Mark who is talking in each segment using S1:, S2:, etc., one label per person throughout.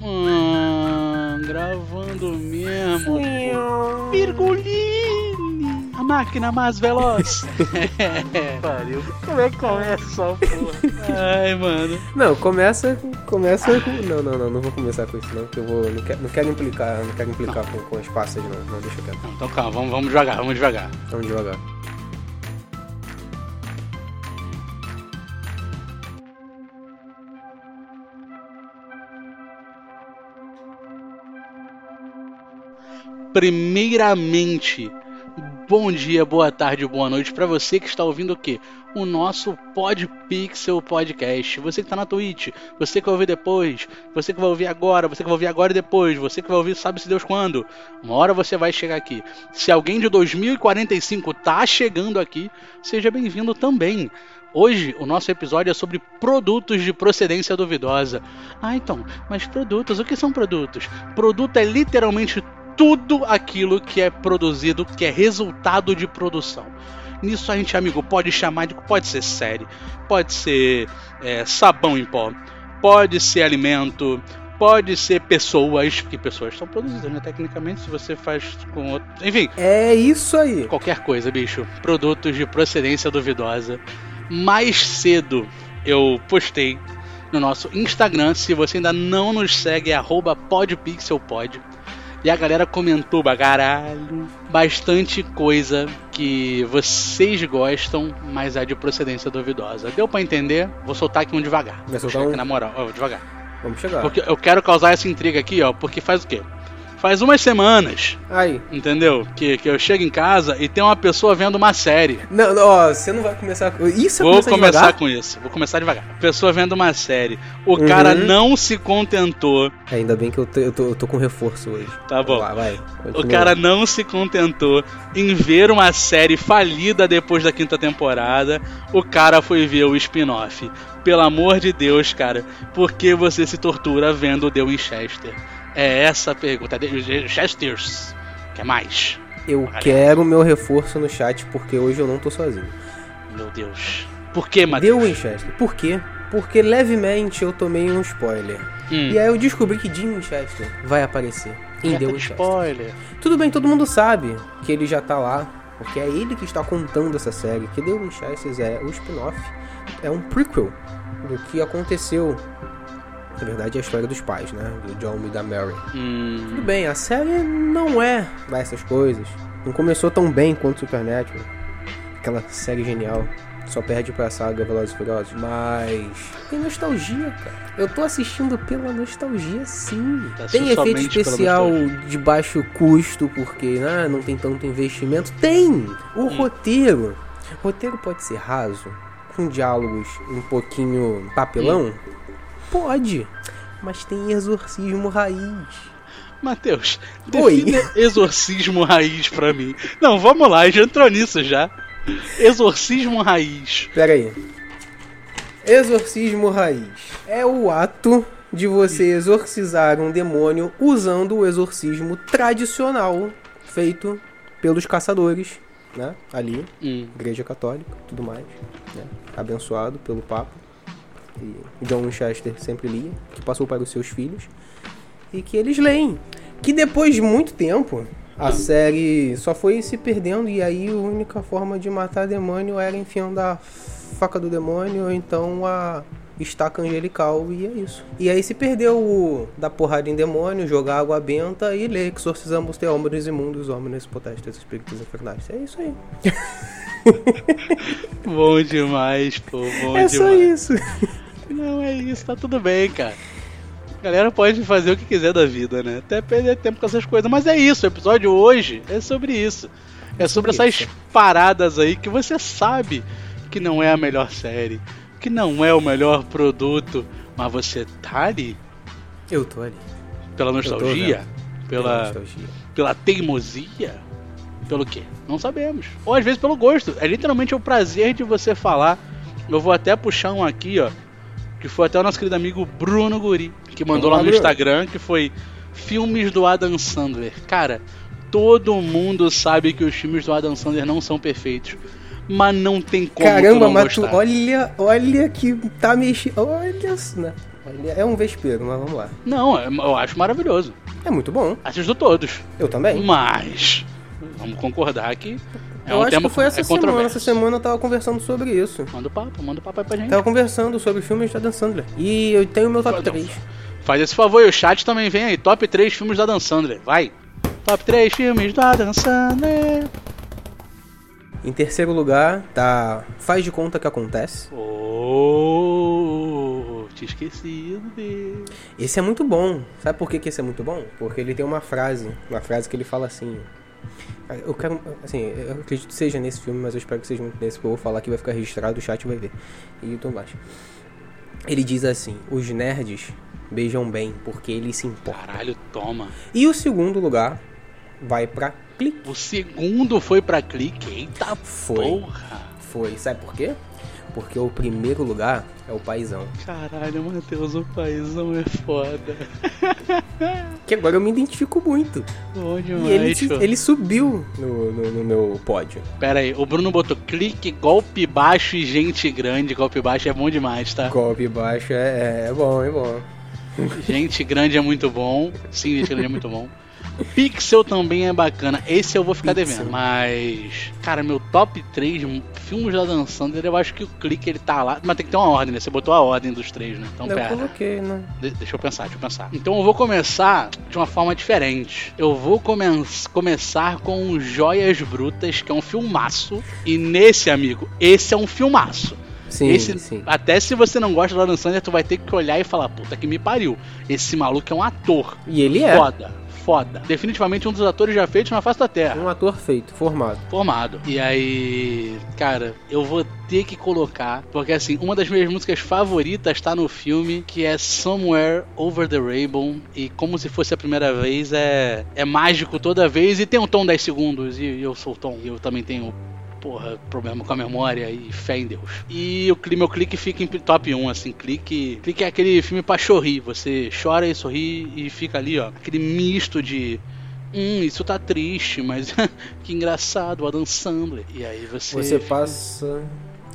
S1: Ah, gravando mesmo. Virguline! A máquina mais veloz.
S2: Pariu. Como é que começa a porra?
S1: Ai, mano.
S3: Não, começa, começa com... Não, não, não, não vou começar com isso não, porque eu vou, não quero, não quero implicar, não quero implicar com, com as passas não, não, deixa quieto,
S1: Não, então calma, vamos, vamos devagar, vamos devagar.
S3: vamos devagar.
S1: Primeiramente, bom dia, boa tarde, boa noite pra você que está ouvindo o quê? O nosso Podpixel Podcast. Você que tá na Twitch, você que vai ouvir depois, você que vai ouvir agora, você que vai ouvir agora e depois, você que vai ouvir sabe-se Deus quando. Uma hora você vai chegar aqui. Se alguém de 2045 tá chegando aqui, seja bem-vindo também. Hoje o nosso episódio é sobre produtos de procedência duvidosa. Ah, então, mas produtos, o que são produtos? Produto é literalmente tudo aquilo que é produzido, que é resultado de produção. Nisso a gente, amigo, pode chamar de. pode ser série, pode ser é, sabão em pó, pode ser alimento, pode ser pessoas, porque pessoas são produzidas, né? Tecnicamente, se você faz com outro. Enfim,
S3: É isso aí.
S1: qualquer coisa, bicho. Produtos de procedência duvidosa. Mais cedo eu postei no nosso Instagram. Se você ainda não nos segue, é arroba podpixelpod. E a galera comentou, pra caralho, bastante coisa que vocês gostam, mas é de procedência duvidosa. Deu pra entender? Vou soltar aqui um devagar.
S3: Vai soltar
S1: Acho que
S3: um? Tá.
S1: Na moral, ó, devagar.
S3: Vamos chegar.
S1: Porque eu quero causar essa intriga aqui, ó, porque faz o quê? Faz umas semanas
S3: Aí.
S1: Entendeu? Que, que eu chego em casa e tem uma pessoa vendo uma série.
S3: Não, não, ó, você não vai começar com... Isso é
S1: Vou
S3: começar
S1: começar
S3: devagar?
S1: com isso, vou começar devagar. Pessoa vendo uma série. O
S3: Uhum.
S1: cara não se contentou.
S3: Ainda bem que eu tô, eu tô, eu tô com reforço hoje.
S1: Tá bom.
S3: Vamos lá, vai.
S1: O
S3: continua.
S1: cara não se contentou em ver uma série falida depois da quinta temporada. O cara foi ver o spin-off. Pelo amor de Deus, cara, por que você se tortura vendo The Winchester? É essa a pergunta. The Winchesters. Quer mais?
S3: Eu quero meu reforço no chat, porque hoje eu não tô sozinho.
S1: Meu Deus. Por que,
S3: Deu
S1: Matheus?
S3: Winchester. Por quê? Porque levemente eu tomei um spoiler.
S1: Hum.
S3: E aí eu descobri que Jim Winchester vai aparecer em The Winchester.
S1: Spoiler.
S3: Tudo bem, todo mundo sabe que ele já tá lá, porque é ele que está contando essa série, que The Winchesters é o spin-off, é um prequel do que aconteceu. Na verdade, é a história dos pais, né? Do John e da Mary.
S1: Hum.
S3: Tudo bem, a série não é lá essas coisas. Não começou tão bem quanto Supernatural. Aquela série genial. Só perde pra saga Velozes e Furiosos. Mas tem nostalgia, cara. Eu tô assistindo pela nostalgia, sim.
S1: Tá assistindo
S3: tem efeito
S1: somente pela
S3: especial de baixo custo, porque né, não tem tanto investimento. Tem! O roteiro. O roteiro pode ser raso, com diálogos um pouquinho papelão? Pode. Mas tem exorcismo raiz.
S1: Matheus,
S3: Oi.
S1: defina exorcismo raiz pra mim. Não, vamos lá, já entrou nisso já. Exorcismo raiz.
S3: Pera aí. Exorcismo raiz. É o ato de você exorcizar um demônio usando o exorcismo tradicional feito pelos caçadores, né? Ali,
S1: Hum,
S3: igreja católica, tudo mais, né? Abençoado pelo Papa. E o John Winchester sempre lia, que passou para os seus filhos. E que eles leem. Que depois de muito tempo, a série só foi se perdendo. E aí a única forma de matar demônio era enfiando a faca do demônio ou então a estaca angelical. E é isso. E aí se perdeu o da porrada em demônio, jogar água benta e ler exorcizamos te homens imundos, homens potestas, espíritos infernais. É isso aí.
S1: bom demais, pô, bom
S3: é
S1: demais.
S3: só isso.
S1: Não, é isso, tá tudo bem, cara. A galera pode fazer o que quiser da vida, né? Até perder tempo com essas coisas. Mas é isso, o episódio hoje é sobre isso. É sobre
S3: sobre
S1: essas paradas aí que você sabe que não é a melhor série, que não é o melhor produto, mas você tá ali
S3: Eu tô ali.
S1: Pela
S3: tô
S1: nostalgia?
S3: Pela
S1: Pela,
S3: nostalgia.
S1: pela teimosia? Pelo quê? Não sabemos. Ou às vezes pelo gosto. É literalmente o prazer de você falar. Eu vou até puxar um aqui, ó. Que foi até o nosso querido amigo Bruno Guri, que mandou
S3: Olá,
S1: lá no
S3: Bruno.
S1: Instagram, que foi filmes do Adam Sandler. Cara, todo mundo sabe que os filmes do Adam Sandler não são perfeitos. Mas não tem como tu
S3: Caramba,
S1: não
S3: mas tu,
S1: gostar.
S3: olha, olha que tá mexendo. Olha, né? Olha, é um vespeiro, mas vamos lá.
S1: Não, é- eu acho maravilhoso.
S3: É muito bom.
S1: Assisto todos.
S3: Eu também.
S1: Mas, vamos concordar que é
S3: eu
S1: um
S3: acho
S1: tema
S3: que foi essa
S1: é
S3: semana. Essa
S1: controverso.
S3: semana eu tava conversando sobre isso.
S1: Manda o papo, manda o papo aí pra gente.
S3: Tava conversando sobre filmes da Dan Sandler. E eu tenho meu top
S1: Fodão.
S3: 3.
S1: Faz esse favor e o chat também vem aí. Top 3 filmes da Dan Sandler, vai. Top 3 filmes da Dan Sandler.
S3: Em terceiro lugar, tá Faz de Conta Que Acontece.
S1: Oh, te esquecido dele.
S3: Esse é muito bom. Sabe por que, que esse é muito bom? Porque ele tem uma frase. Uma frase que ele fala assim. Eu quero. Assim, eu acredito que seja nesse filme, mas eu espero que seja muito nesse, porque eu vou falar que vai ficar registrado, o chat vai ver. E então baixo. Ele diz assim: Os nerds beijam bem, porque eles se importam.
S1: Caralho, toma.
S3: E o segundo lugar vai pra clique.
S1: O segundo foi pra clique. Eita
S3: Foi.
S1: porra.
S3: Foi. Sabe por quê? Porque o primeiro lugar é o paizão.
S1: Caralho, Matheus, o paizão é foda.
S3: Que agora eu me identifico muito.
S1: Bom demais,
S3: E ele, se-
S1: tio.
S3: ele subiu no- no- no meu pódio.
S1: Pera aí, o Bruno botou clique, golpe baixo e gente grande. Golpe baixo é bom demais, tá?
S3: Golpe baixo é, é- é bom, é bom.
S1: Gente grande é muito bom. Sim, gente grande é muito bom. Pixel também é bacana. Esse eu vou ficar
S3: Pixel.
S1: devendo. Mas, cara, meu top 3 filmes da Dan Sandler, eu acho que o clique ele tá lá. Mas tem que ter uma ordem, né? Você botou a ordem dos três, né? Então,
S3: eu
S1: pera.
S3: coloquei, né?
S1: De- deixa eu pensar, deixa eu pensar. Então eu vou começar de uma forma diferente. Eu vou comen- começar com Joias Brutas, que é um filmaço. E nesse, amigo, esse é um filmaço.
S3: Sim,
S1: Esse- tá
S3: sim.
S1: Até se você não gosta do Adam Sandler, tu vai ter que olhar e falar, puta que me pariu. Esse maluco é um ator.
S3: E ele é
S1: Foda, foda. Definitivamente um dos atores já feitos na face da Terra.
S3: um ator feito, formado.
S1: Formado. E aí, cara, eu vou ter que colocar, porque assim, uma das minhas músicas favoritas tá no filme, que é Somewhere Over the Rainbow, e como se fosse a primeira vez, é, é mágico toda vez, e tem um tom 10 segundos, e, e eu sou o tom, e eu também tenho, porra, problema com a memória e fé em Deus. E o cli- meu clique fica em top 1, assim, clique, clique é aquele filme pra chorir, você chora e sorri e fica ali, ó, aquele misto de... Hum, isso tá triste, mas que engraçado, o Adam Sandler. E aí você.
S3: Você
S1: fica-
S3: passa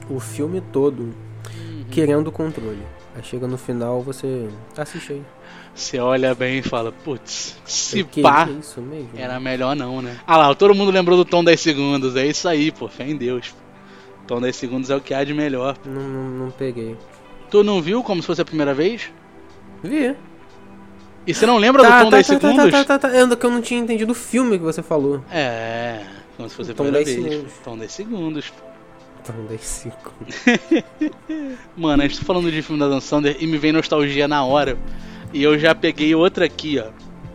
S3: o filme todo
S1: Uhum.
S3: querendo o controle. Aí chega no final, você assiste aí.
S1: Você olha bem e fala, putz, se
S3: Eu, que
S1: pá,
S3: que é isso mesmo?
S1: era melhor não, né? Ah lá, todo mundo lembrou do Tom 10 segundos, é isso aí, pô, fé em Deus. Tom 10 segundos é o que há de melhor.
S3: Não, não, não peguei.
S1: Tu não viu como se fosse a primeira vez?
S3: Vi.
S1: E você não lembra do Tom 10
S3: tá,
S1: segundos?
S3: tá, tá, tá, tá. Eu, que eu não tinha entendido o filme que você falou.
S1: É, como se fosse a
S3: Tom
S1: primeira
S3: 10
S1: vez.
S3: segundos.
S1: Tom 10 segundos.
S3: Então, 10 segundos.
S1: Mano, a gente tá falando de filme da Dan Sandler e me vem nostalgia na hora. E eu já peguei outra aqui, ó,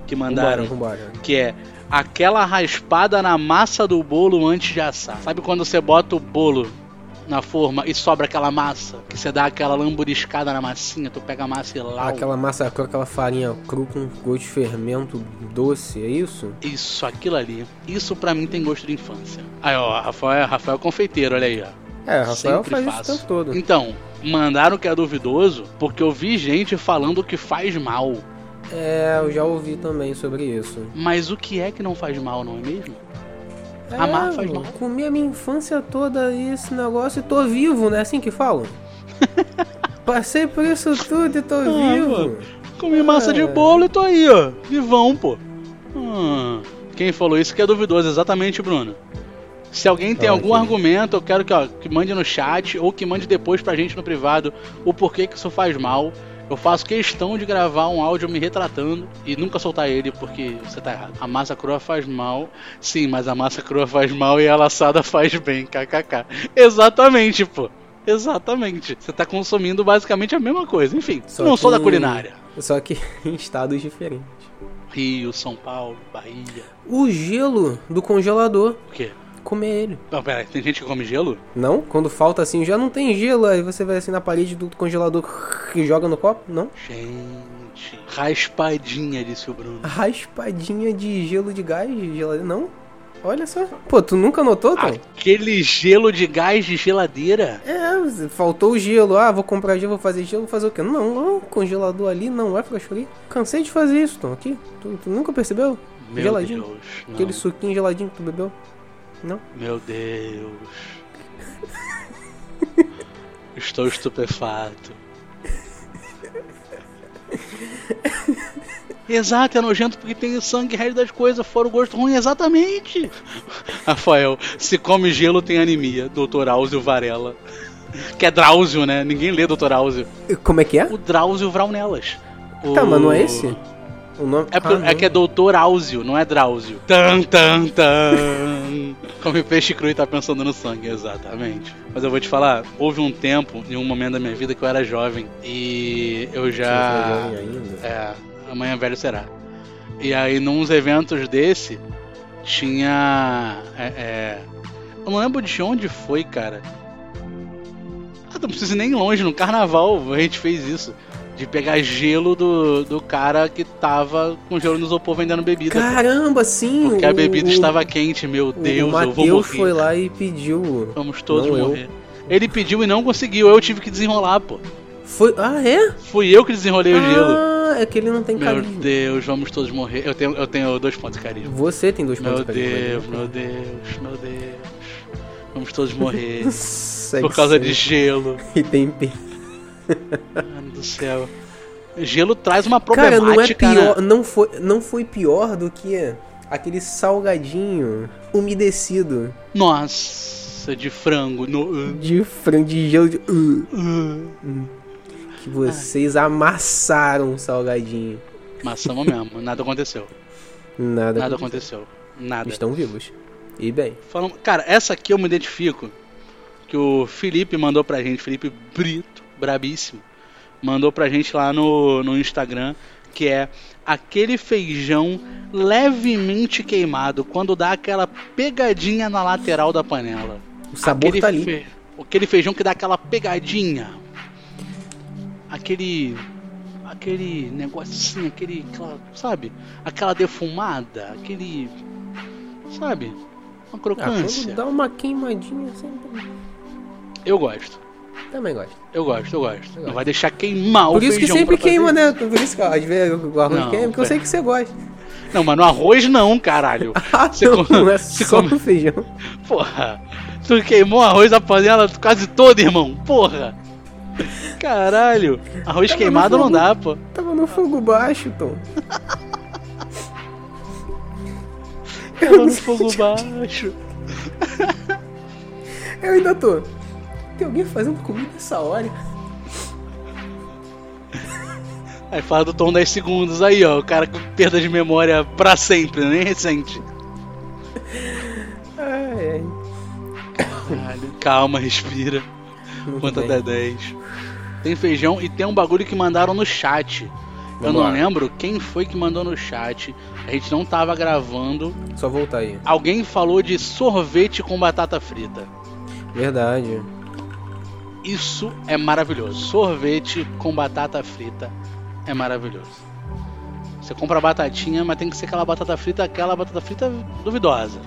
S1: que mandaram.
S3: Vambora, vambora.
S1: que é aquela raspada na massa do bolo antes de assar. Sabe quando você bota o bolo na forma e sobra aquela massa? Que você dá aquela lamburiscada na massinha, tu pega a massa e lá.
S3: Aquela massa crua, aquela farinha crua com gosto de fermento doce, é isso?
S1: Isso, aquilo ali. Isso pra mim tem gosto de infância. Aí, ó, Rafael, Rafael Confeiteiro, olha aí, ó.
S3: É, Rafael
S1: Sempre
S3: faz
S1: faço.
S3: isso o tempo todo.
S1: Então, mandaram que é duvidoso porque eu vi gente falando que faz mal.
S3: É, eu já ouvi também sobre isso.
S1: Mas o que é que não faz mal, não é mesmo? Amar faz mal.
S3: mano, É, Comi a minha infância toda esse negócio e tô vivo, né? Assim que falam. Passei por isso tudo e tô
S1: mano.
S3: vivo.
S1: Comi massa de
S3: É.
S1: bolo e tô aí, ó. Vivão, pô. Hum, quem falou isso que é duvidoso, exatamente, Bruno. Se alguém tem
S3: Ah,
S1: algum
S3: ok.
S1: argumento, eu quero que, ó, que mande no chat ou que mande depois pra gente no privado o porquê que isso faz mal. Eu faço questão de gravar um áudio me retratando e nunca soltar ele porque você tá errado. A massa crua faz mal. Sim, mas a massa crua faz mal e a laçada faz bem. KKK. Exatamente, pô. Exatamente. Você tá consumindo basicamente a mesma coisa. Enfim,
S3: Só
S1: não sou
S3: que-
S1: da culinária.
S3: Só que em estados diferentes.
S1: Rio, São Paulo, Bahia.
S3: O gelo do congelador,
S1: O quê?
S3: comer ele.
S1: Não, pera, tem gente que come gelo?
S3: Não? Quando falta assim, já não tem gelo, aí você vai assim na parede do congelador e joga no copo? Não?
S1: Gente. Raspadinha, disse o Bruno.
S3: Raspadinha de gelo de gás, de geladeira, não? Olha só. Pô, tu nunca notou, Tom?
S1: Aquele gelo de gás de geladeira?
S3: É, faltou o gelo. Ah, vou comprar gelo, vou fazer gelo, vou fazer o quê? Não, não, congelador ali, não é frescurinha. Cansei de fazer isso, Tom, aqui. Tu, tu nunca percebeu?
S1: Meu
S3: Geladinho?
S1: Deus. não.
S3: Aquele suquinho geladinho que tu bebeu?
S1: Meu Deus. Estou estupefato. Exato, é nojento porque tem sangue e resto das coisas, fora o gosto ruim, exatamente. Rafael, se come gelo tem anemia. Dr. Áuzio Varela. Que é Drauzio, né? Ninguém lê Dr. Áuzio.
S3: Como é que é?
S1: O Drauzio Vraunelas. O...
S3: Tá, mas não é esse? O nome...
S1: É, porque-
S3: Ah,
S1: é que é
S3: não.
S1: doutor Áuzio, não é Drauzio. Tan, tan, tan. Come peixe cru e tá pensando no sangue, exatamente. Mas eu vou te falar, houve um tempo, em um momento da minha vida, que eu era jovem. E eu já...
S3: Você não foi jovem um ainda?
S1: É, amanhã velho será. E aí, nos eventos desse, tinha. É, é, eu não lembro de onde foi, cara. Ah, não preciso ir nem longe, no carnaval a gente fez isso. De pegar gelo do, do cara que tava com gelo no isopor vendendo bebida.
S3: Caramba, sim!
S1: porque a bebida
S3: o-
S1: estava quente, meu
S3: o-
S1: Deus,
S3: o
S1: eu vou morrer.
S3: Matheus foi lá e pediu.
S1: Vamos todos
S3: Não, eu.
S1: morrer. Ele pediu e não conseguiu, eu tive que desenrolar, pô.
S3: Foi. Ah, é?
S1: Fui eu que desenrolei o gelo.
S3: Ah, é que ele não tem
S1: Meu
S3: carisma.
S1: Deus, vamos todos morrer. Eu tenho, eu tenho dois pontos de carisma.
S3: Você tem dois pontos
S1: Meu
S3: né? de carisma.
S1: Deus, meu Deus, meu Deus. Vamos todos morrer.
S3: Segue
S1: Por causa
S3: sendo.
S1: de gelo.
S3: E tem pe-
S1: Mano do céu. Gelo traz uma
S3: Cara, não é
S1: problemática.
S3: pior.
S1: né?
S3: Não, foi, não foi pior do que aquele salgadinho umedecido
S1: Nossa, de frango. No,
S3: de frango de gelo de. Uh,
S1: uh,
S3: que vocês amassaram o salgadinho.
S1: Maçamos mesmo, nada aconteceu.
S3: Nada,
S1: Nada
S3: aconteceu.
S1: aconteceu. Nada.
S3: Estão vivos. E bem.
S1: Falam- Cara, essa aqui eu me identifico. Que o Felipe mandou pra gente, Felipe Brito, brabíssimo. Mandou pra gente lá no, no Instagram, que é aquele feijão levemente queimado quando dá aquela pegadinha na lateral da panela.
S3: O sabor tá ali.
S1: fe- aquele feijão que dá aquela pegadinha. Aquele. Aquele negocinho, aquele. aquela- sabe? Aquela defumada, aquele. Sabe? Uma
S3: Ah, quando
S1: crocância.
S3: dá uma queimadinha sempre.
S1: Eu gosto.
S3: Também gosto.
S1: Eu gosto, eu gosto.
S3: Eu
S1: Não
S3: gosto.
S1: vai deixar queimar o
S3: Por isso que
S1: feijão
S3: sempre
S1: pra fazer
S3: queima,
S1: isso.
S3: né? Por isso que ó, às vezes o arroz
S1: Não,
S3: queima, porque eu
S1: pera.
S3: sei que você gosta.
S1: Não, mas no arroz não, caralho.
S3: Ah,
S1: Você
S3: não,
S1: come-
S3: não é
S1: você
S3: só
S1: come-
S3: no feijão.
S1: Porra. Tu queimou o arroz da panela quase todo, irmão. Porra. Caralho. Arroz
S3: Tá, mas
S1: queimado
S3: não
S1: não dá, pô.
S3: Tava no fogo baixo, Tom.
S1: Tava no fogo baixo.
S3: Eu ainda tô. Tem alguém fazendo comida nessa hora?
S1: Aí fala do tom 10 segundos aí, ó. O cara com perda de memória pra sempre, né? nem recente.
S3: Ai, ai.
S1: Caralho. Calma, respira.
S3: Muito
S1: Conta
S3: bem.
S1: até 10. Tem feijão e tem um bagulho que mandaram no chat. Eu
S3: Vamos
S1: não
S3: lá.
S1: lembro quem foi que mandou no chat. A gente não tava gravando.
S3: Só voltar aí.
S1: Alguém falou de sorvete com batata frita.
S3: Verdade.
S1: Isso é maravilhoso. Sorvete com batata frita é maravilhoso. Você compra a batatinha, mas tem que ser aquela batata frita, aquela batata frita duvidosa.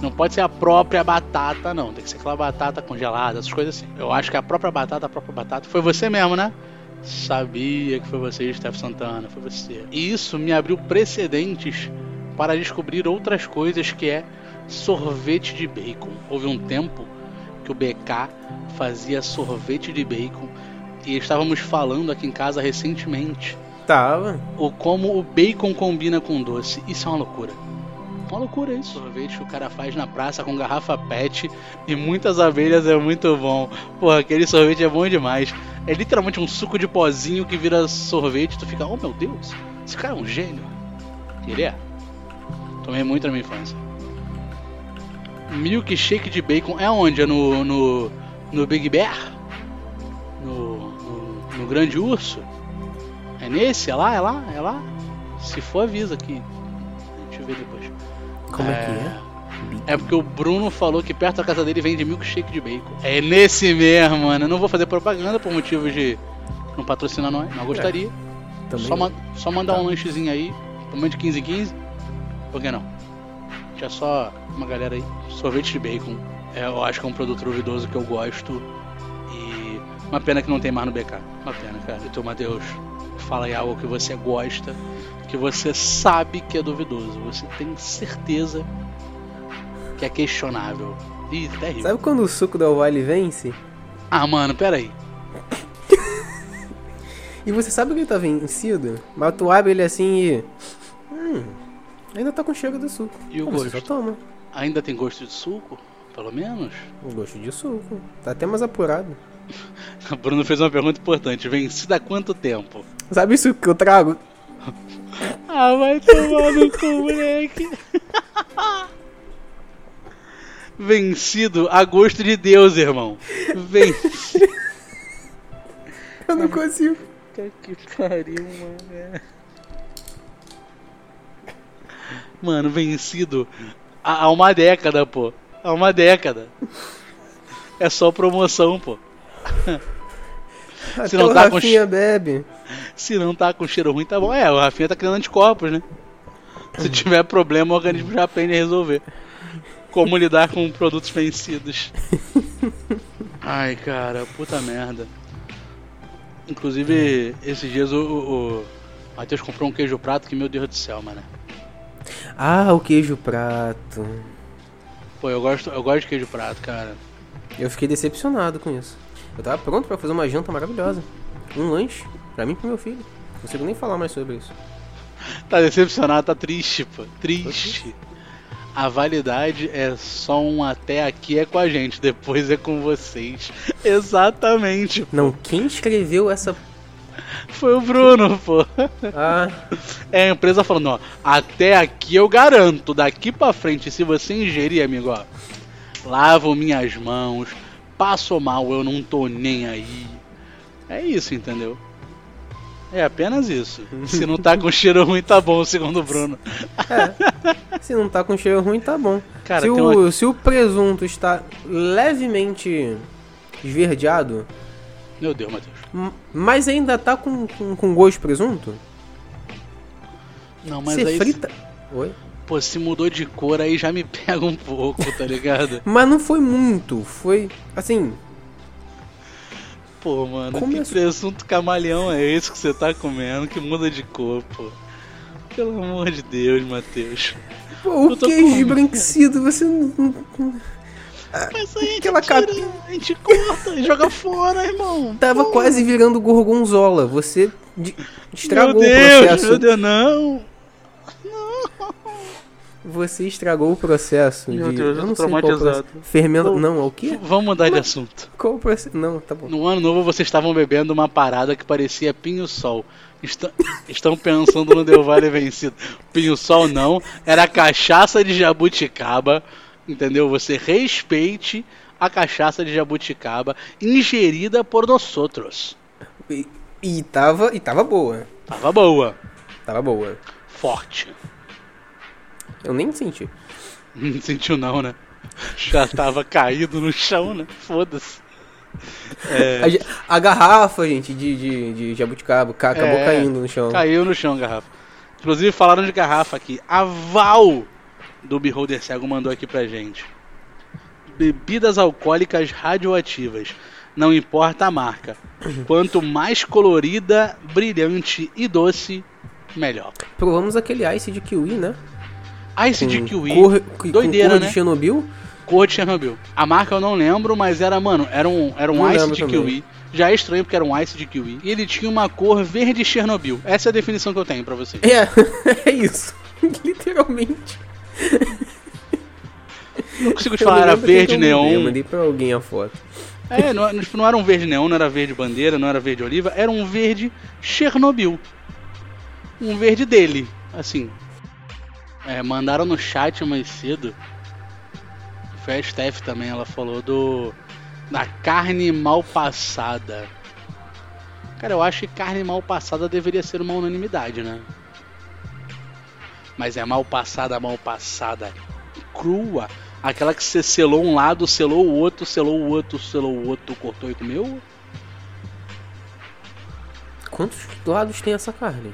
S1: Não pode ser a própria batata, não. Tem que ser aquela batata congelada, essas coisas assim. Eu acho que a própria batata, a própria batata. Foi você mesmo, né? Sabia que foi você, Steph Santana. Foi você. E isso me abriu precedentes para descobrir outras coisas que é sorvete de bacon. Houve um tempo que o BK fazia sorvete de bacon e estávamos falando aqui em casa recentemente
S3: Tava.
S1: o como o bacon combina com doce. Isso é uma loucura. Uma loucura isso. Sorvete que o cara faz na praça com garrafa PET e muitas abelhas é muito bom. Porra, aquele sorvete é bom demais. É literalmente um suco de pozinho que vira sorvete e tu fica, oh meu Deus, esse cara é um gênio. E Ele é. Tomei muito na minha infância. Milkshake de bacon é onde? É no. no. no Big Bear? No. no, no Grande Urso? É nesse? É lá? É lá? É lá? Se for, avisa aqui. Deixa eu ver depois.
S3: Como é, que
S1: é? É porque o Bruno falou que perto da casa dele vende milkshake de bacon. É nesse mesmo, mano. Eu não vou fazer propaganda por motivos de não patrocinar nós. Não gostaria.
S3: é? Também.
S1: Só, ma- só mandar um lanchezinho aí, tamanho de 15 em 15. Por que não? Tinha só uma galera aí. Sorvete de bacon. É, eu acho que é um produto duvidoso que eu gosto. E uma pena que não tem mais no BK. Uma pena, cara. Então, Matheus, fala em algo que você gosta, que você sabe que é duvidoso, você tem certeza que é questionável. Ih, terrível.
S3: Sabe quando o suco da Vale vence?
S1: Ah, mano, peraí.
S3: E você sabe que ele tá vencido? Mas tu abre ele assim e. Hum. Ainda tá com chega do suco.
S1: E o
S3: Ah, Você só
S1: gosto?
S3: toma.
S1: Ainda tem gosto de suco? Pelo menos?
S3: O gosto de suco. Tá até mais apurado.
S1: O Bruno fez uma pergunta importante. Vencida há quanto tempo?
S3: Sabe isso que eu trago?
S1: Ah, vai tomar no cu, moleque. Vencido a gosto de Deus, irmão. Vem.
S3: Eu não consigo.
S1: que pariu, mano. Mano, vencido há há uma década, pô. Há uma década. É só promoção, pô.
S3: Até
S1: não
S3: o
S1: tá com
S3: Rafinha bebe.
S1: Se não tá com cheiro ruim, tá bom. É, o Rafinha tá criando anticorpos, né? Se tiver problema, o organismo já aprende a resolver. Como lidar com produtos vencidos. Ai, cara, puta merda. Inclusive, esses dias o, o, o Matheus comprou um queijo prato que, meu Deus do céu, mano.
S3: Ah, o queijo prato.
S1: Pô, eu gosto, eu gosto de queijo prato, cara.
S3: Eu fiquei decepcionado com isso. Eu tava pronto pra fazer uma janta maravilhosa. Um lanche. Pra mim e pro meu filho. Não consigo nem falar mais sobre isso.
S1: Tá decepcionado, tá triste, pô. Triste. A validade é só um até aqui é com a gente, depois é com vocês. Exatamente.
S3: Não, quem escreveu essa.
S1: Foi o Bruno, pô.
S3: Ah,
S1: É a empresa falando, ó, até aqui eu garanto, daqui pra frente, se você ingerir, amigo, ó, lavo minhas mãos, passo mal, eu não tô nem aí. É isso, entendeu? É apenas isso. Se não tá com cheiro ruim, tá bom, segundo o Bruno.
S3: se não tá com cheiro ruim, tá bom.
S1: Cara,
S3: se,
S1: tem
S3: o, se o presunto está levemente esverdeado,
S1: Meu Deus, Matheus.
S3: m- mas ainda tá com, com, com gosto de presunto,
S1: Não, mas
S3: você
S1: aí,
S3: frita. Oi?
S1: pô, se mudou de cor, aí já me pega um pouco, tá ligado?
S3: Mas não foi muito, foi assim.
S1: Pô, mano,
S3: Como
S1: que
S3: é-
S1: presunto camaleão é esse que você tá comendo que muda de cor, pô? Pelo amor de Deus, Matheus.
S3: Pô,
S1: Eu
S3: o
S1: tô
S3: queijo
S1: com-
S3: esbranquicido, você não. não- Ah,
S1: Mas aí a gente,
S3: Aquela
S1: tira,
S3: capinha.
S1: a gente corta e joga fora, irmão.
S3: Tava
S1: Pô,
S3: quase virando gorgonzola, você de- estragou
S1: meu
S3: o
S1: Deus,
S3: processo.
S1: Meu Deus, não.
S3: Você estragou o processo.
S2: Meu
S3: de,
S2: Deus, eu
S3: não
S2: tô
S3: sei qual processo.
S2: traumatizado.
S3: Fermenta. Não, é o quê?
S1: Vamos mudar de assunto.
S3: Qual o processo? Não, tá bom.
S1: No ano novo vocês estavam bebendo uma parada que parecia pinho-sol. Está- Estão pensando no Del Valle vencido. Pinho-sol não, era cachaça de jabuticaba. Entendeu? Você respeite a cachaça de jabuticaba ingerida por nós outros.
S3: E, e tava, e tava boa.
S1: Tava boa,
S3: Tava boa.
S1: forte.
S3: Eu nem senti.
S1: Não sentiu não, né? Já tava caído no chão, né? Foda-se.
S3: A, ge- a garrafa, gente, de, de, de jabuticaba ca- acabou
S1: É,
S3: caindo no chão.
S1: Caiu no chão, garrafa. Inclusive falaram de garrafa aqui. A Val do Beholder Cego mandou aqui pra gente. Bebidas alcoólicas radioativas. Não importa a marca. Quanto mais colorida, brilhante e doce, melhor.
S3: Provamos aquele ice de kiwi, né?
S1: Ice de kiwi.
S3: Cor, com
S1: Doideira,
S3: cor
S1: né?
S3: de Chernobyl.
S1: cor de Chernobyl. A marca eu não lembro, mas era, mano, era um, era um
S3: Não
S1: ice
S3: lembro
S1: de
S3: também.
S1: kiwi. Já é estranho porque era um ice de kiwi. E ele tinha uma cor verde Chernobyl. Essa é a definição que eu tenho pra vocês.
S3: É, é isso. Literalmente.
S1: Não consigo te
S3: Eu não
S1: falar, era
S3: lembro quem
S1: verde
S3: que eu mandei. Eu
S1: neon.
S3: mandei pra alguém a foto.
S1: É, não, não, tipo, não era um verde neon, não era verde bandeira, não era verde oliva, era um verde Chernobyl. Um verde dele, assim. É, mandaram no chat mais cedo. Foi a Steph também, ela falou do. Da carne mal passada. Cara, eu acho que carne mal passada deveria ser uma unanimidade, né? Mas é mal passada, mal passada. Crua. Aquela que você selou um lado, selou o outro, selou o outro, selou o outro, cortou e comeu?
S3: Quantos lados tem essa carne?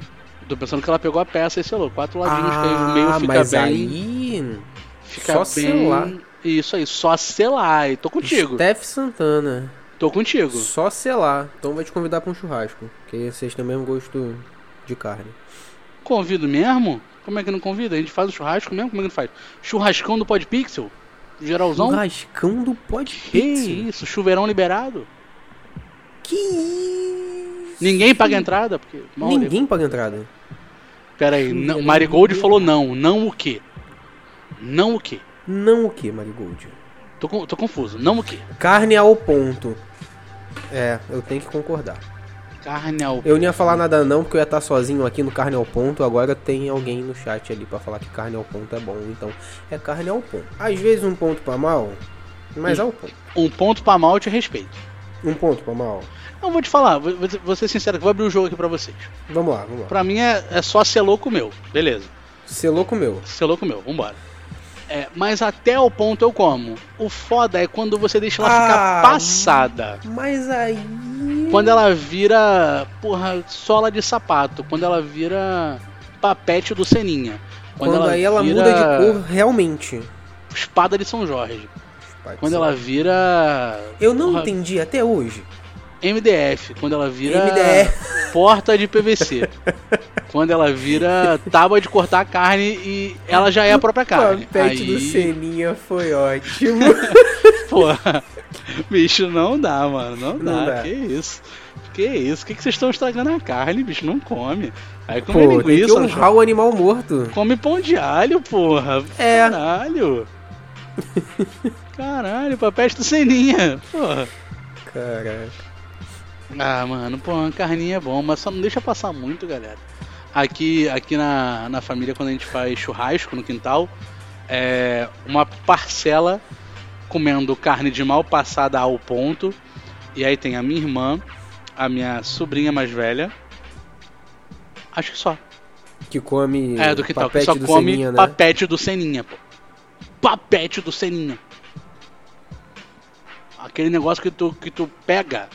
S1: Tô pensando que ela pegou a peça e selou. Quatro ladinhos, tem um meio
S3: ah,
S1: fica
S3: mas
S1: bem.
S3: aí...
S1: fica
S3: só
S1: bem.
S3: selar.
S1: Isso aí, só selar. E tô contigo.
S3: Steph Santana.
S1: Tô contigo.
S3: Só selar. Então vai te convidar pra um churrasco. Que aí vocês têm o mesmo gosto de carne.
S1: Convido mesmo? Como é que não convida? A gente faz o churrasco mesmo? Como é que não faz? Churrascão do Pod Pixel? Geralzão?
S3: Churrascão do pode
S1: Que isso, chuveirão liberado?
S3: Que isso?
S1: Ninguém paga né? entrada? Porque, Mauro,
S3: Ninguém paga entrada.
S1: Peraí, não, o Marigold falou não. Não o quê? Não o quê?
S3: Não o que, Marigold?
S1: Tô, con- tô confuso. Não o quê?
S3: Carne ao ponto. É, eu tenho que concordar.
S1: Carne ao...
S3: Eu não ia falar nada não, porque eu ia estar sozinho aqui no carne ao ponto. Agora tem alguém no chat ali pra falar que carne ao ponto é bom. Então, é carne ao ponto. Às vezes um ponto pra mal, mas ao ponto.
S1: Um ponto pra mal, eu te respeito.
S3: Um ponto pra mal.
S1: Não, vou te falar, vou, vou- vou ser sincero, que vou abrir o jogo aqui pra vocês.
S3: Vamos lá, vamos lá.
S1: Pra mim é, é só ser louco meu, beleza.
S3: Ser louco meu.
S1: Ser louco meu, vambora. É, mas até o ponto eu como. O foda é quando você deixa ela
S3: Ah,
S1: ficar passada.
S3: Mas aí...
S1: Quando ela vira, porra, sola de sapato. Quando ela vira papete do Seninha.
S3: Quando, aí ela muda de cor, realmente.
S1: cor. Espada de São Jorge. Quando ela vira.
S3: Eu não
S1: Porra.
S3: entendi até hoje.
S1: MDF. Quando ela vira.
S3: MDF.
S1: Porta de PVC. quando ela vira tábua de cortar carne e ela já é a própria carne.
S3: O papete do
S1: Aí,
S3: Seninha foi ótimo.
S1: porra. Bicho, não dá, mano. Não dá.
S3: Não dá.
S1: Que isso. Que isso. O que, que vocês estão estragando a carne, bicho? Não come. Aí come
S3: Pô, tem que
S1: linguiça.
S3: honrar o animal morto.
S1: Come pão de alho, porra.
S3: É.
S1: Caralho. Caralho, papete do Seninha. Porra.
S3: Cara,
S1: Ah, mano, pô, uma carninha é bom, mas só não deixa passar muito, galera. Aqui, aqui na, na família, quando a gente faz churrasco no quintal, é uma parcela comendo carne de mal passada ao ponto. E aí tem a minha irmã, a minha sobrinha mais velha. Acho que só.
S3: que come
S1: É, do quintal, que
S3: papete
S1: só
S3: do
S1: come
S3: Seninha, né?
S1: papete do Seninha, pô. Papete do Seninha. Aquele negócio que tu, que tu pega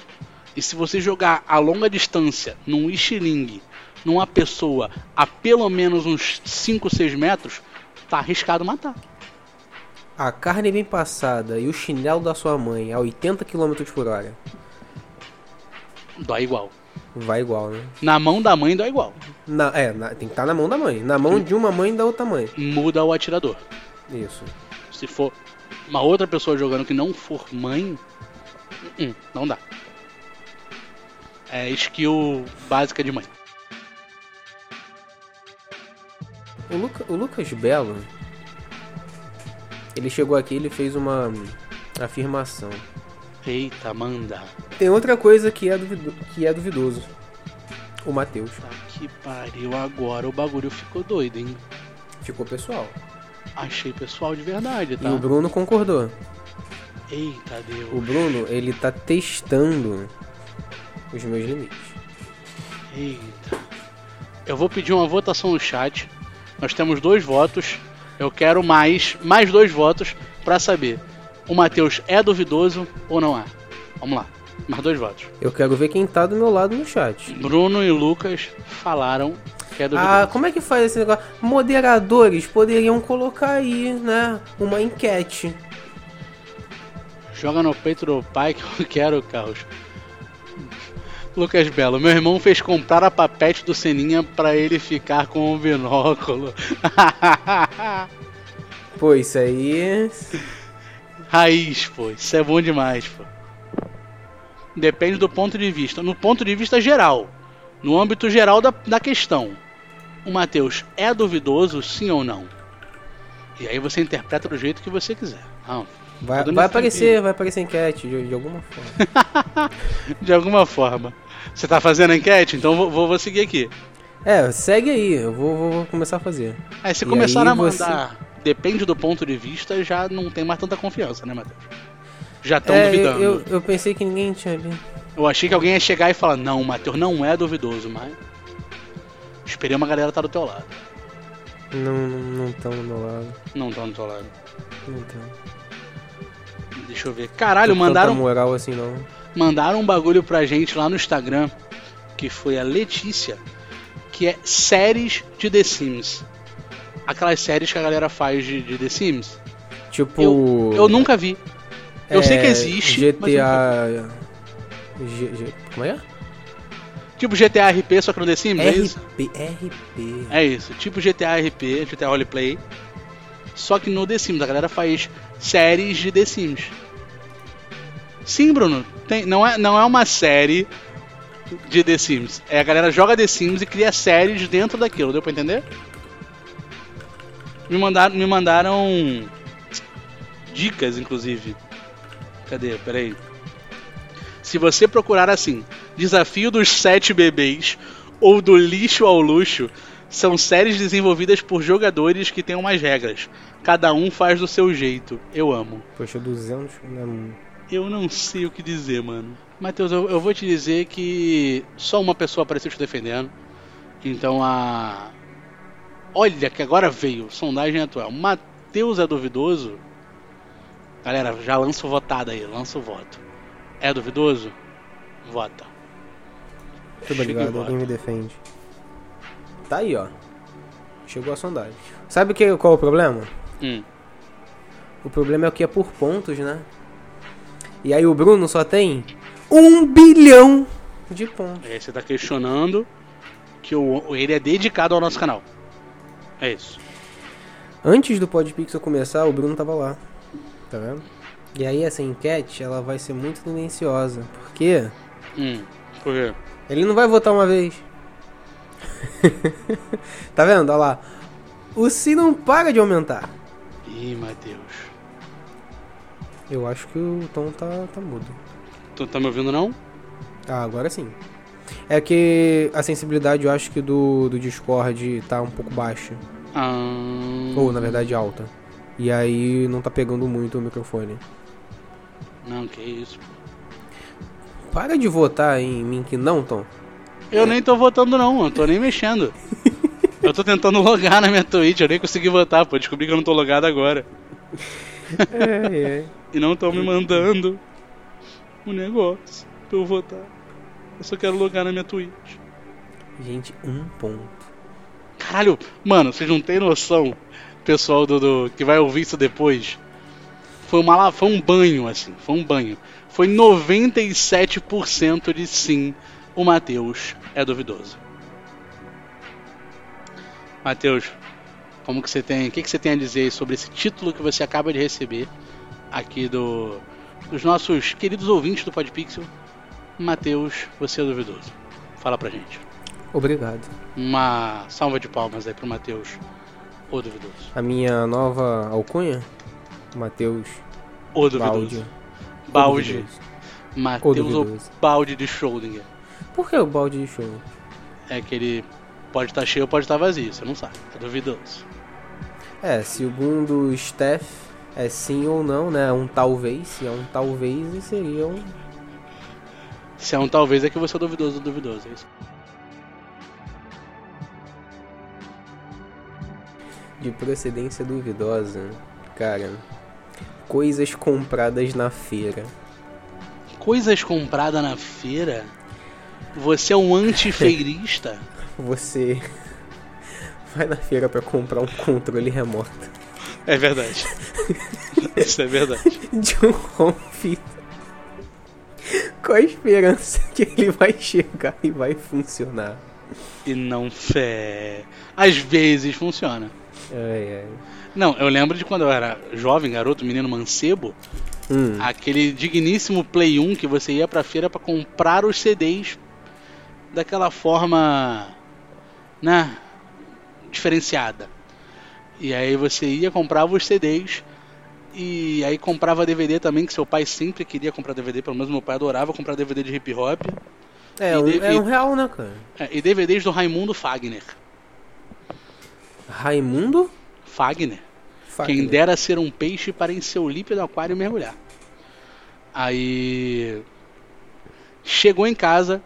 S1: e se você jogar a longa distância num estilingue, numa pessoa a pelo menos uns 5, 6 metros, tá arriscado matar.
S3: A carne bem passada e o chinelo da sua mãe a 80 km por hora.
S1: Dói igual.
S3: Vai igual, né?
S1: Na mão da mãe dói igual.
S3: Na- é, na- tem que estar na mão da mãe. Na mão de uma mãe e da outra mãe.
S1: Muda o atirador.
S3: Isso.
S1: Se for uma outra pessoa jogando que não for mãe, uh-uh, não dá. É skill básica de mãe.
S3: O, Luca- o Lucas Belo, ele chegou aqui ele fez uma afirmação.
S1: Eita, manda.
S3: Tem outra coisa que é, duvido- que é duvidoso. O Matheus.
S1: Tá que pariu agora, o bagulho ficou doido, hein?
S3: Ficou pessoal.
S1: Achei pessoal de verdade, tá?
S3: E o Bruno concordou.
S1: Eita, Deus.
S3: O Bruno, ele tá testando os meus limites.
S1: Eita. Eu vou pedir uma votação no chat. Nós temos dois votos. Eu quero mais, mais dois votos pra saber. O Matheus é duvidoso ou não é? Vamos lá. Mais dois votos.
S3: Eu quero ver quem tá do meu lado no chat.
S1: Bruno e Lucas falaram que é duvidoso.
S3: Ah, como é que faz esse negócio? Moderadores poderiam colocar aí, né? Uma enquete.
S1: Joga no peito do pai que eu quero o caos. Lucas Belo, meu irmão fez comprar a papete do Seninha pra ele ficar com o binóculo.
S3: Pô, isso aí.
S1: Raiz, pô, isso é bom demais, pô. Depende do ponto de vista. No ponto de vista geral, no âmbito geral da, da questão, o Matheus é duvidoso, sim ou não? E aí você interpreta do jeito que você quiser. Não,
S3: Vai,
S1: Tá dando
S3: vai
S1: esse
S3: aparecer, vai aparecer enquete de, de alguma forma.
S1: de alguma forma. Você tá fazendo a enquete? Então vou, vou, vou seguir aqui.
S3: É, segue aí, eu vou, vou- vou começar a fazer.
S1: Aí É, se
S3: E
S1: começar
S3: aí
S1: a
S3: você-
S1: mandar, depende do ponto de vista, já não tem mais tanta confiança, né, Matheus? Já estão
S3: É, eu,
S1: duvidando. Eu,
S3: eu, eu pensei que ninguém tinha visto.
S1: achei que alguém ia chegar e falar, não, Matheus, não é duvidoso, mas. Esperei uma galera estar do teu lado.
S3: Não, não não tão do meu lado.
S1: Não estão do teu lado.
S3: Não tão.
S1: Deixa eu ver. Caralho,
S3: Tô com
S1: Ah, mandaram,
S3: Tanta moral assim não.
S1: mandaram um bagulho pra gente lá no Instagram, que foi a Letícia, que é séries de The Sims. Aquelas séries que a galera faz de, de The Sims.
S3: Tipo.
S1: Eu nunca vi. Eu sei
S3: é,
S1: que existe. mas eu nunca vi.
S3: GTA. G, G, como é?
S1: Tipo GTA RP, só que no The Sims, é isso?
S3: RP, RP.
S1: É isso, tipo GTA RP, GTA Roleplay. Só que no The Sims, a galera faz séries de The Sims. Sim, Bruno, tem- não, é, não é uma série de The Sims. É a galera joga The Sims e cria séries dentro daquilo, deu pra entender? Me mandaram, me mandaram dicas, inclusive. Cadê? Peraí. Se você procurar assim, Desafio dos Sete Bebês ou Do Lixo ao Luxo, são séries desenvolvidas por jogadores que têm umas regras. Cada um faz do seu jeito. Eu amo.
S3: Poxa, 200 não é muito.
S1: Eu não sei o que dizer, mano. Matheus, eu, eu vou te dizer que só uma pessoa apareceu te defendendo. Então a. Olha que agora veio, sondagem atual. Matheus é duvidoso? Galera, já lança o votado aí, lança o voto. É duvidoso? Vota.
S3: Muito
S1: Chega e
S3: obrigado,
S1: vota.
S3: alguém me defende. Tá aí, ó. Chegou a sondagem. Sabe o que, qual é o problema?
S1: Hum.
S3: O problema é o que é por pontos, né? E aí o Bruno só tem um bilhão de pontos.
S1: Aí você tá questionando que o, ele é dedicado ao nosso canal. É isso.
S3: Antes do Podpixel começar, o Bruno tava lá. Tá vendo? E aí essa enquete, ela vai ser muito tendenciosa. Porque
S1: Hum. Por quê?
S3: ele não vai votar uma vez. tá vendo? Olha lá. O se não para de aumentar.
S1: Ih, Matheus.
S3: Eu acho que o tom tá, tá mudo.
S1: Tu tá me ouvindo não?
S3: Ah, agora sim. É que a sensibilidade eu acho que do, do Discord tá um pouco baixa.
S1: Ah...
S3: Ou na verdade alta. E aí não tá pegando muito o microfone.
S1: Não, que isso.
S3: Para de votar em mim que não, Tom.
S1: Eu nem tô votando, não, eu tô nem mexendo. Eu tô tentando logar na minha Twitch, eu nem consegui votar, pô. Descobri que eu não tô logado agora.
S3: É, é.
S1: E não tão me mandando o negócio pra eu votar. Eu só quero logar na minha Twitch.
S3: Gente, um ponto.
S1: Caralho, mano, vocês não têm noção, pessoal do, do- que vai ouvir isso depois. Foi, uma, la- foi um banho, assim, foi um banho. Foi 97% de sim, o Matheus é duvidoso. Matheus, como que você tem. O que, que você tem a dizer aí sobre esse título que você acaba de receber aqui do, dos nossos queridos ouvintes do Podpixel? Matheus, você é duvidoso. Fala pra gente.
S3: Obrigado.
S1: Uma salva de palmas aí pro Matheus, o duvidoso.
S3: A minha nova alcunha? Matheus
S1: O
S3: Balde.
S1: duvidoso. Balde. Matheus
S3: O
S1: o
S3: duvidoso.
S1: balde de Schrödinger.
S3: Por que o balde de show?
S1: É que ele pode estar cheio, pode estar vazio, você não sabe. É duvidoso.
S3: É, segundo o Steph, é sim ou não, né? Um talvez. Se é um talvez, seria um
S1: Se é um talvez, é que você é duvidoso, duvidoso. É isso.
S3: De procedência duvidosa, cara. Coisas compradas na feira.
S1: Coisas compradas na feira. Você é um antifeirista?
S3: Você vai na feira pra comprar um controle remoto
S1: é verdade. isso é verdade.
S3: de um home theater com a esperança que ele vai chegar e vai funcionar.
S1: E não fé. Às vezes funciona.
S3: Ai, ai.
S1: Não, eu lembro de quando eu era jovem, garoto, menino mancebo.
S3: Hum,
S1: Aquele digníssimo Play 1 que você ia pra feira pra comprar os CDs daquela forma, né, diferenciada. E aí você ia, comprava os CDs e aí comprava DVD também, que seu pai sempre queria comprar DVD, pelo menos meu pai adorava comprar DVD de hip hop.
S3: é,
S1: e
S3: um,
S1: de-
S3: é um real, né, cara?
S1: É, E DVDs do Raimundo Fagner.
S3: Raimundo?
S1: Fagner. Quem
S3: Fagner.
S1: dera ser um peixe para em seu líquido aquário mergulhar. Aí. Chegou em casa,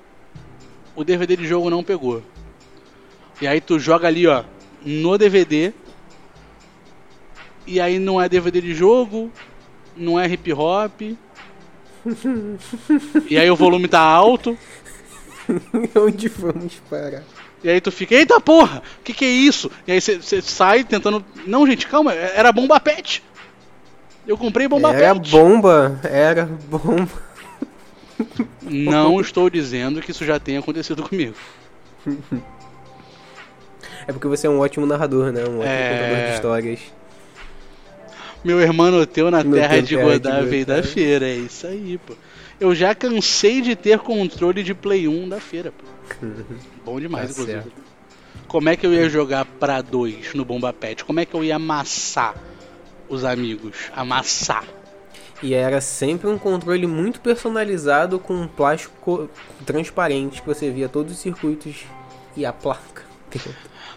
S1: o DVD de jogo não pegou. E aí tu joga ali, ó, no DVD. E aí não é DVD de jogo, não é hip hop. e aí o volume tá alto.
S3: Onde vamos parar?
S1: E aí tu fica, eita porra, o que que é isso? E aí você sai tentando. Não, gente, calma, é, era bomba pet. Eu comprei bomba
S3: Era
S1: pet.
S3: bomba, era bomba.
S1: Não estou dizendo que isso já tenha acontecido comigo.
S3: É porque você é um ótimo narrador, né? Um ótimo
S1: É.
S3: contador de histórias.
S1: Meu irmão teu na
S3: Meu
S1: terra
S3: teu
S1: de
S3: terra de
S1: Godá veio da
S3: Godá.
S1: feira, é isso aí, pô. Eu já cansei de ter controle de Play 1 da feira, pô. Bom demais,
S3: Tá
S1: inclusive.
S3: certo.
S1: Como é que eu ia jogar pra dois no Bomba Pet? Como é que eu ia amassar os amigos? Amassar.
S3: E era sempre um controle muito personalizado com um plástico transparente que você via todos os circuitos e a placa.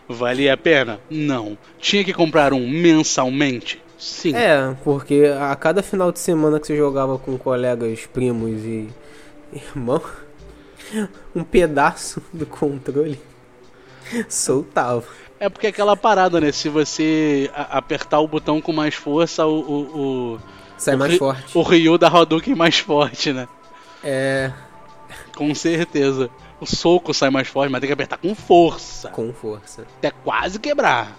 S1: Valia a pena? Não. Tinha que comprar um mensalmente? Sim.
S3: É, porque a cada final de semana que você jogava com colegas, primos e irmão, um pedaço do controle soltava.
S1: É porque é aquela parada, né? Se você a- apertar o botão com mais força, o, o, o,
S3: Sai mais
S1: Ri-
S3: forte.
S1: o Ryu da Hadouken é mais forte, né?
S3: É,
S1: Com certeza. O soco sai mais forte, mas tem que apertar com força.
S3: com força.
S1: Até quase quebrar.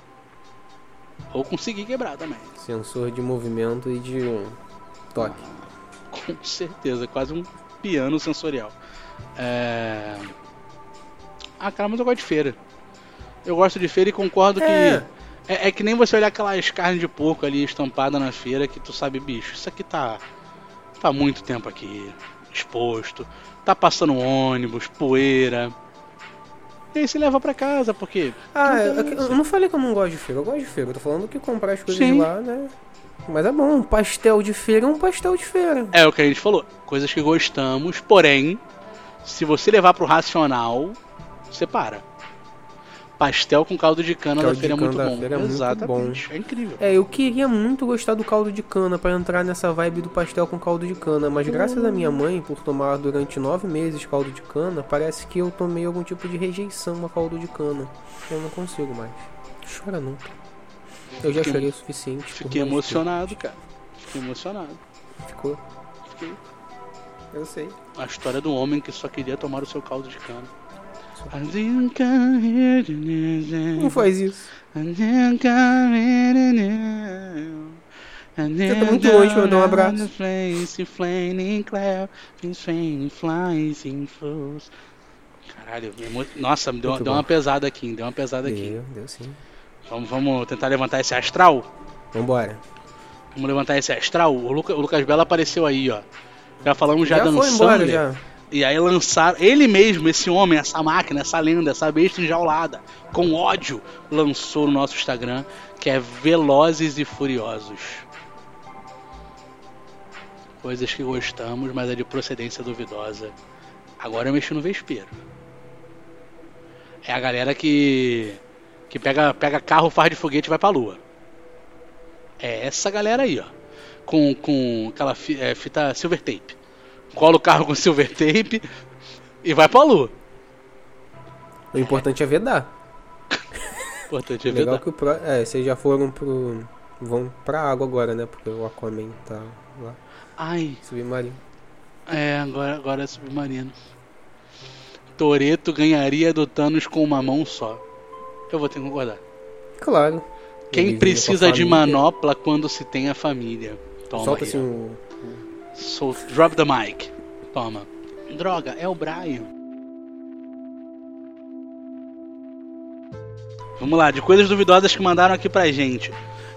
S1: Ou conseguir quebrar também.
S3: Sensor de movimento e de toque.
S1: Com certeza. Quase um piano sensorial. É. Ah, cara, mas eu gosto de feira. Eu gosto de feira e concordo
S3: É.
S1: que. É, é que nem você olhar aquelas carnes de porco ali estampada na feira que tu sabe, bicho, isso aqui tá. Tá muito tempo aqui exposto. Tá passando ônibus, poeira. E aí você leva pra casa, porque.
S3: Ah,
S1: Não
S3: eu,
S1: tem
S3: eu não falei que eu não gosto de feira, eu gosto de feira. Eu tô falando que comprar as coisas
S1: Sim.
S3: lá, né? Mas é bom, um pastel de feira é um pastel de feira.
S1: É o que a gente falou. Coisas que gostamos, porém, se você levar pro racional, você para. Pastel com caldo de cana
S3: Caldo
S1: da
S3: de
S1: feira é
S3: cana
S1: muito
S3: da
S1: bom.
S3: feira é muito
S1: Exatamente. É incrível.
S3: É, eu queria muito gostar do caldo de cana pra entrar nessa vibe do pastel com caldo de cana, mas graças à minha mãe, por tomar durante nove meses caldo de cana, parece que eu tomei algum tipo de rejeição a caldo de cana. Eu não consigo mais. Chora não. Eu já
S1: Fiquei-
S3: chorei o suficiente. por
S1: Fiquei
S3: mais
S1: emocionado, cara. Fiquei emocionado.
S3: tempo. Ficou?
S1: Fiquei.
S3: Eu sei.
S1: A história do homem que só queria tomar o seu caldo de cana. né, I didn't come here to listen.
S3: Não faz isso.
S1: I didn't
S3: tá
S1: come here to listen.
S3: Você tá muito longe pra eu dar um abraço.
S1: Caralho, me emo- nossa, me deu,
S3: Muito
S1: deu
S3: bom.
S1: uma pesada aqui, deu uma pesada aqui.
S3: Deu, deu sim.
S1: Vamos, vamos tentar levantar esse astral?
S3: Vambora.
S1: Vamos levantar esse astral? O, Luca- o Lucas Bela apareceu aí, ó. Já falamos já, né?
S3: já
S1: dançando.
S3: foi embora já.
S1: E aí lançaram, ele mesmo, esse homem, essa máquina, essa lenda, essa besta enjaulada, com ódio, lançou no nosso Instagram, que é Velozes e Furiosos. Coisas que gostamos, mas é de procedência duvidosa. Agora eu mexi no vespeiro. É a galera que que pega, pega carro, faz de foguete e vai pra lua. É essa galera aí, ó. Com, com aquela fi- é, fita silver tape cola o carro com silver tape e vai pra lua.
S3: O importante é vedar.
S1: Importante é
S3: Legal
S1: verdade.
S3: que o pro... É, vocês já foram pro. Vão pra água agora, né? Porque o Aquaman tá lá.
S1: Ai,
S3: Submarino.
S1: é, agora, agora é submarino. Toreto ganharia do Thanos com uma mão só. Eu vou ter que concordar.
S3: Claro. Ele
S1: Quem
S3: vinha
S1: precisa
S3: com a
S1: de
S3: família.
S1: manopla quando se tem a família? Toma.
S3: Solta
S1: aí,
S3: assim
S1: ó.
S3: um.
S1: Sol- Drop the mic. Toma. Droga, é o Brian. Vamos lá, de coisas duvidosas que mandaram aqui pra gente.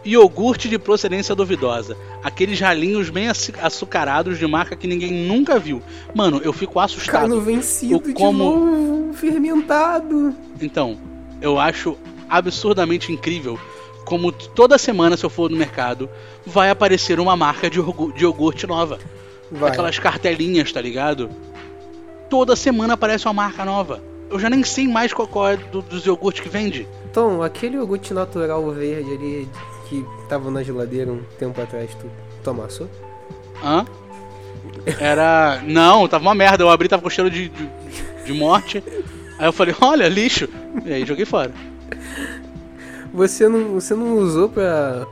S1: Iogurte de procedência duvidosa. Aqueles ralinhos bem aci- açucarados de marca que ninguém nunca viu. Mano, eu fico assustado.
S3: Cano vencido
S1: O como-
S3: de novo, fermentado.
S1: Então, eu acho absurdamente incrível como toda semana, se eu for no mercado, vai aparecer uma marca de iorgu- de iogurte nova.
S3: Vai.
S1: aquelas cartelinhas, tá ligado? Toda semana aparece uma marca nova. Eu já nem sei mais qual, qual é do- dos iogurtes que vende.
S3: Então, aquele iogurte natural verde ali que tava na geladeira um tempo atrás, tu tomassou?
S1: Hã? Era. Não, tava uma merda. Eu abri, tava com cheiro de, de, de morte. Aí eu falei, olha, lixo. E aí joguei fora.
S3: Você não, você não usou pra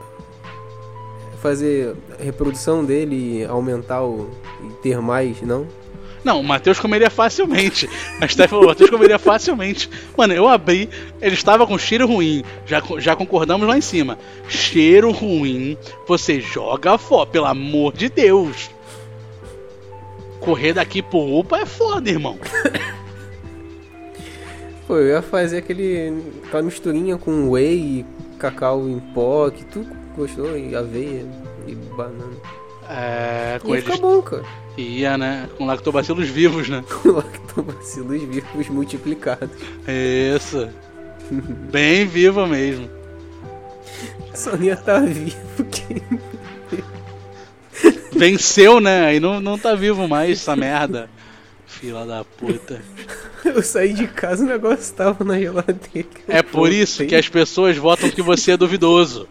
S3: fazer reprodução dele e aumentar o. e ter mais, não?
S1: Não, o Matheus comeria facilmente. A Steph falou, o Matheus comeria facilmente. Mano, eu abri, ele estava com cheiro ruim. Já, co- já concordamos lá em cima. Cheiro ruim, você joga fora, pelo amor de Deus. Correr daqui pro UPA é foda, irmão.
S3: Pô, eu ia fazer aquele, aquela misturinha com whey, cacau em pó, que tu gostou, e aveia, e banana.
S1: É, com
S3: Ia
S1: eles.
S3: ficar bom, cara.
S1: Ia, né? Com lactobacilos vivos, né?
S3: Lactobacilos vivos multiplicados.
S1: Isso. Bem vivo mesmo.
S3: Só não ia estar vivo, que...
S1: Venceu, né? Aí não, não tá vivo mais essa merda. Fila da puta.
S3: Eu saí de casa e o negócio tava na geladeira.
S1: É por isso que as pessoas votam que você é duvidoso.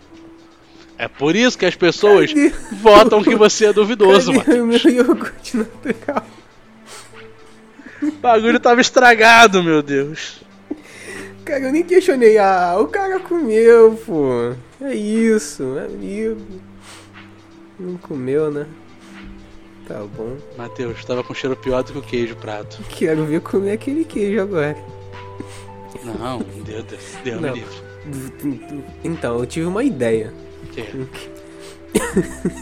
S1: É por isso que as pessoas
S3: Cadê?
S1: votam que você é duvidoso, mano.
S3: Cadê o meu iogurte natural?
S1: O bagulho tava estragado, meu Deus.
S3: Cara, eu nem questionei. Ah, o cara comeu, pô. É isso, meu amigo. Não comeu, né? Tá bom.
S1: Matheus, tava com cheiro pior do que o queijo prato.
S3: Quero ver comer aquele queijo agora.
S1: Não, Deus, Deus, Deus me
S3: Não.
S1: livre.
S3: Então, eu tive uma ideia.
S1: Que?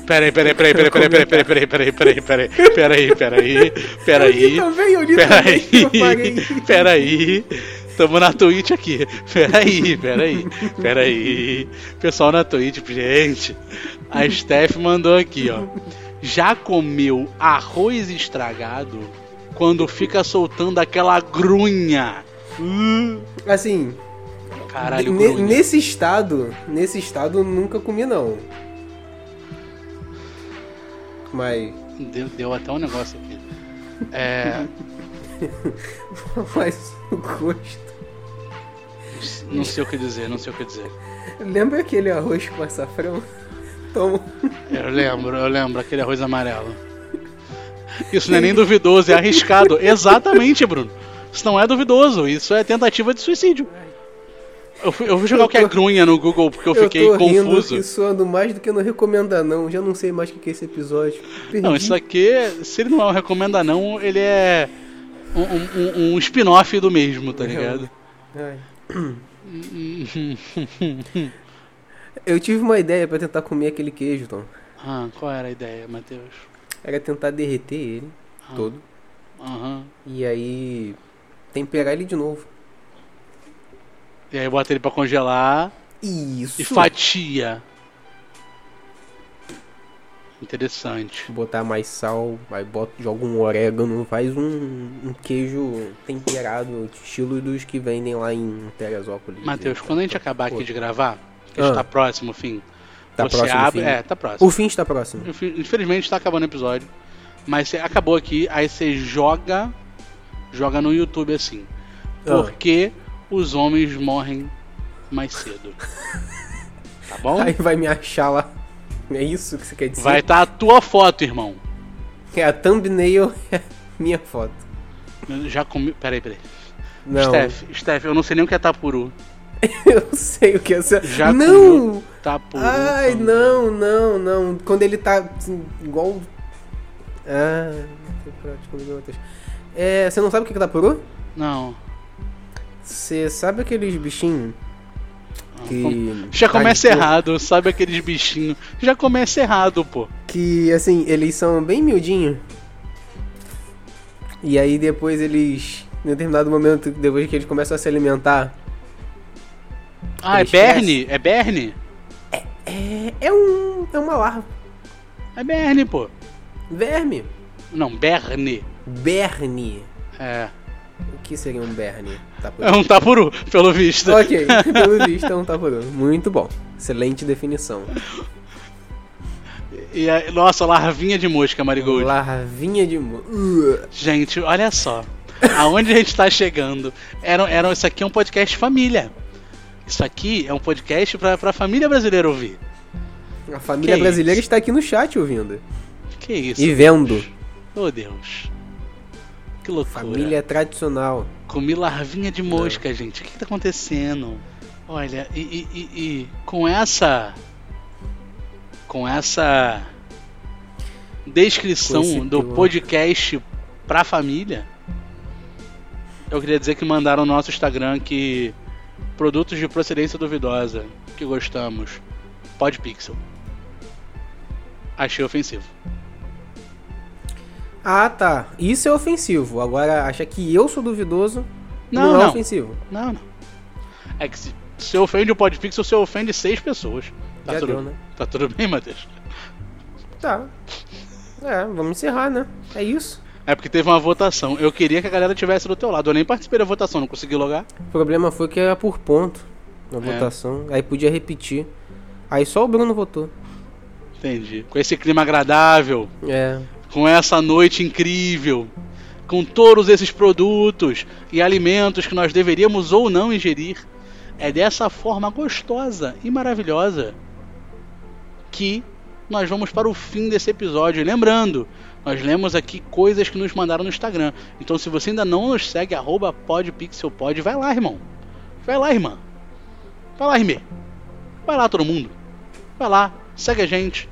S1: Peraí, peraí, peraí, peraí, peraí, peraí, peraí, peraí, peraí, peraí, peraí, peraí, peraí,
S3: Eu li
S1: peraí,
S3: também, eu li também. que tá Eu parei.
S1: peraí, peraí. Tamo na Twitch aqui. Peraí, peraí, peraí. Pessoal na Twitch, gente. A Steph mandou aqui, ó. Já comeu arroz estragado quando fica soltando aquela grunha? Hum.
S3: Assim,
S1: Caralho,
S3: ne-
S1: grunha.
S3: nesse estado, nesse estado eu nunca comi, não. Mas,
S1: Deu, deu até um negócio aqui. É,
S3: mas o gosto.
S1: não sei o que dizer, não sei o que dizer.
S3: Lembra aquele arroz com açafrão? Toma.
S1: Eu lembro, eu lembro, aquele arroz amarelo. Isso não é nem duvidoso, é arriscado. Exatamente, Bruno. Isso não é duvidoso, isso é tentativa de suicídio. Eu, fui- eu vou jogar o que é grunha no Google porque eu fiquei
S3: tô rindo
S1: confuso.
S3: e suando mais do que não recomendar, não. Já não sei mais o que que é esse episódio. Perdi.
S1: Não, isso aqui, se ele não é um recomenda não, ele é um, um- um- um spin-off do mesmo, tá ligado?
S3: Ai. Eu tive uma ideia pra tentar comer aquele queijo, Tom.
S1: Ah, qual era a ideia, Matheus?
S3: Era tentar derreter ele
S1: Ah,
S3: todo
S1: Aham.
S3: e aí temperar ele de novo.
S1: E aí bota ele pra congelar
S3: Isso.
S1: e fatia. Interessante.
S3: Botar mais sal, aí bota, joga um orégano, faz um, um queijo temperado, estilo dos que vendem lá em Teresópolis. Tá
S1: Matheus, quando a gente acabar aqui de gravar, que
S3: Ah.
S1: está próximo, fim.
S3: Tá
S1: você
S3: próximo,
S1: abre.
S3: fim?
S1: É, tá próximo.
S3: O fim está próximo.
S1: Infi- Infelizmente está acabando o episódio. Mas você acabou aqui, aí você joga. Joga no YouTube assim.
S3: Ah.
S1: Por que os homens morrem mais cedo? Tá bom?
S3: Aí vai me achar lá. É isso que você quer dizer?
S1: Vai estar a tua foto, irmão.
S3: É a thumbnail, é a minha foto.
S1: Eu Já comi. Peraí, peraí.
S3: Não,
S1: Steph, Steph, eu não sei nem o que é tapuru.
S3: eu sei o que é essa.
S1: Já
S3: não!
S1: comeu então. Tapuru.
S3: Ai, não, não, não. Quando ele tá assim, igual. Ah, temperaturas com minutas. É, você não sabe o que que tá puru?
S1: Não.
S3: Você sabe aqueles bichinhos que.
S1: Já começa
S3: tá de-
S1: errado, sabe aqueles bichinhos? Já começa errado, pô.
S3: Que assim, eles são bem miudinhos. E aí depois eles. Em determinado momento, depois que eles começam a se alimentar.
S1: Ah, é
S3: Eles crescem.
S1: Berne? É Berne?
S3: É, é um. É uma larva.
S1: É Berne, pô.
S3: Verme.
S1: Não, Berne.
S3: Berne.
S1: É.
S3: O que seria um Berne? Tá por
S1: É um tapuru, pelo visto.
S3: Ok, pelo visto é um taporão. Muito bom. Excelente definição.
S1: E a, nossa, larvinha de mosca, Marigold.
S3: Larvinha de mo... Uh,
S1: Gente, olha só. Aonde a gente tá chegando? Era, era, isso aqui é um podcast família. Isso aqui é um podcast pra, pra família brasileira ouvir.
S3: A família
S1: Que
S3: brasileira
S1: isso?
S3: está aqui no chat ouvindo.
S1: Que isso?
S3: E vendo.
S1: Oh, Deus. Que loucura.
S3: Família tradicional.
S1: Comi larvinha de mosca,
S3: É.
S1: gente. O que, que tá acontecendo? Olha, e, e- e- e com essa. Com essa. Descrição
S3: Com esse
S1: do
S3: pior.
S1: podcast pra família. Eu queria dizer que mandaram no nosso Instagram que. Produtos de procedência duvidosa que gostamos. Pode pixel. Achei ofensivo.
S3: Ah, tá. Isso é ofensivo. Agora, achar que eu sou duvidoso
S1: Não,
S3: não, é
S1: não.
S3: ofensivo.
S1: Não, não. É que se, se ofende o Podpixel, você ofende seis pessoas. Tá
S3: Já
S1: tudo,
S3: deu, né?
S1: Tá tudo bem, Matheus?
S3: Tá. É, vamos encerrar, né? É isso.
S1: É porque teve uma votação. Eu queria que a galera tivesse do teu lado. Eu nem participei da votação, não consegui logar.
S3: O problema foi que era por ponto
S1: É.
S3: na votação. Aí podia repetir. Aí só o Bruno votou.
S1: Entendi. Com esse clima agradável,
S3: É.
S1: com essa noite incrível, com todos esses produtos e alimentos que nós deveríamos ou não ingerir, é dessa forma gostosa e maravilhosa que nós vamos para o fim desse episódio. E Lembrando, nós lemos aqui coisas que nos mandaram no Instagram. Então, se você ainda não nos segue, arroba podpixelpod, vai lá, irmão. Vai lá, irmã. Vai lá, irmê. Vai lá, todo mundo. Vai lá, segue a gente.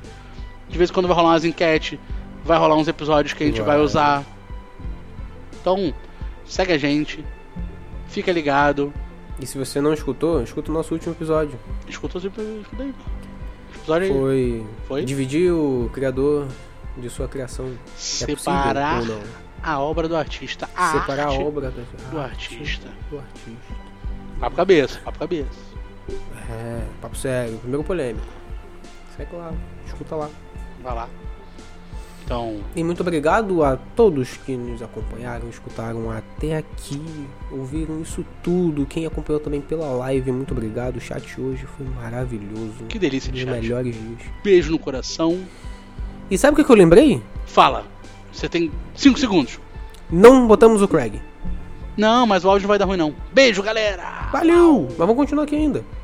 S1: De vez em quando vai rolar umas enquetes, vai rolar uns episódios que a gente vai,
S3: Vai.
S1: usar. Então, segue a gente. Fica ligado.
S3: E se você não escutou, escuta o nosso último episódio.
S1: Escuta os episódios aí. Episódio aí.
S3: Foi
S1: Foi?
S3: dividir o criador de sua criação. É possível
S1: Separar
S3: ou não?
S1: a obra do artista. A
S3: Separar
S1: arte
S3: a obra da-
S1: do
S3: a
S1: artista.
S3: do artista.
S1: Papo cabeça, papo cabeça.
S3: É, papo sério. Primeiro polêmico. Segue lá, escuta lá.
S1: Vai lá. Então,
S3: E muito obrigado a todos que nos acompanharam, escutaram até aqui, ouviram isso tudo. Quem acompanhou também pela live, muito obrigado. O chat hoje foi maravilhoso.
S1: que delícia
S3: um
S1: de
S3: dos
S1: chat.
S3: melhores dias.
S1: Beijo no coração.
S3: E sabe o que que eu lembrei?
S1: Fala. Você tem 5 segundos.
S3: Não botamos o Craig.
S1: Não, mas o áudio não vai dar ruim, não. Beijo, galera!
S3: Valeu! Mas vamos continuar aqui ainda.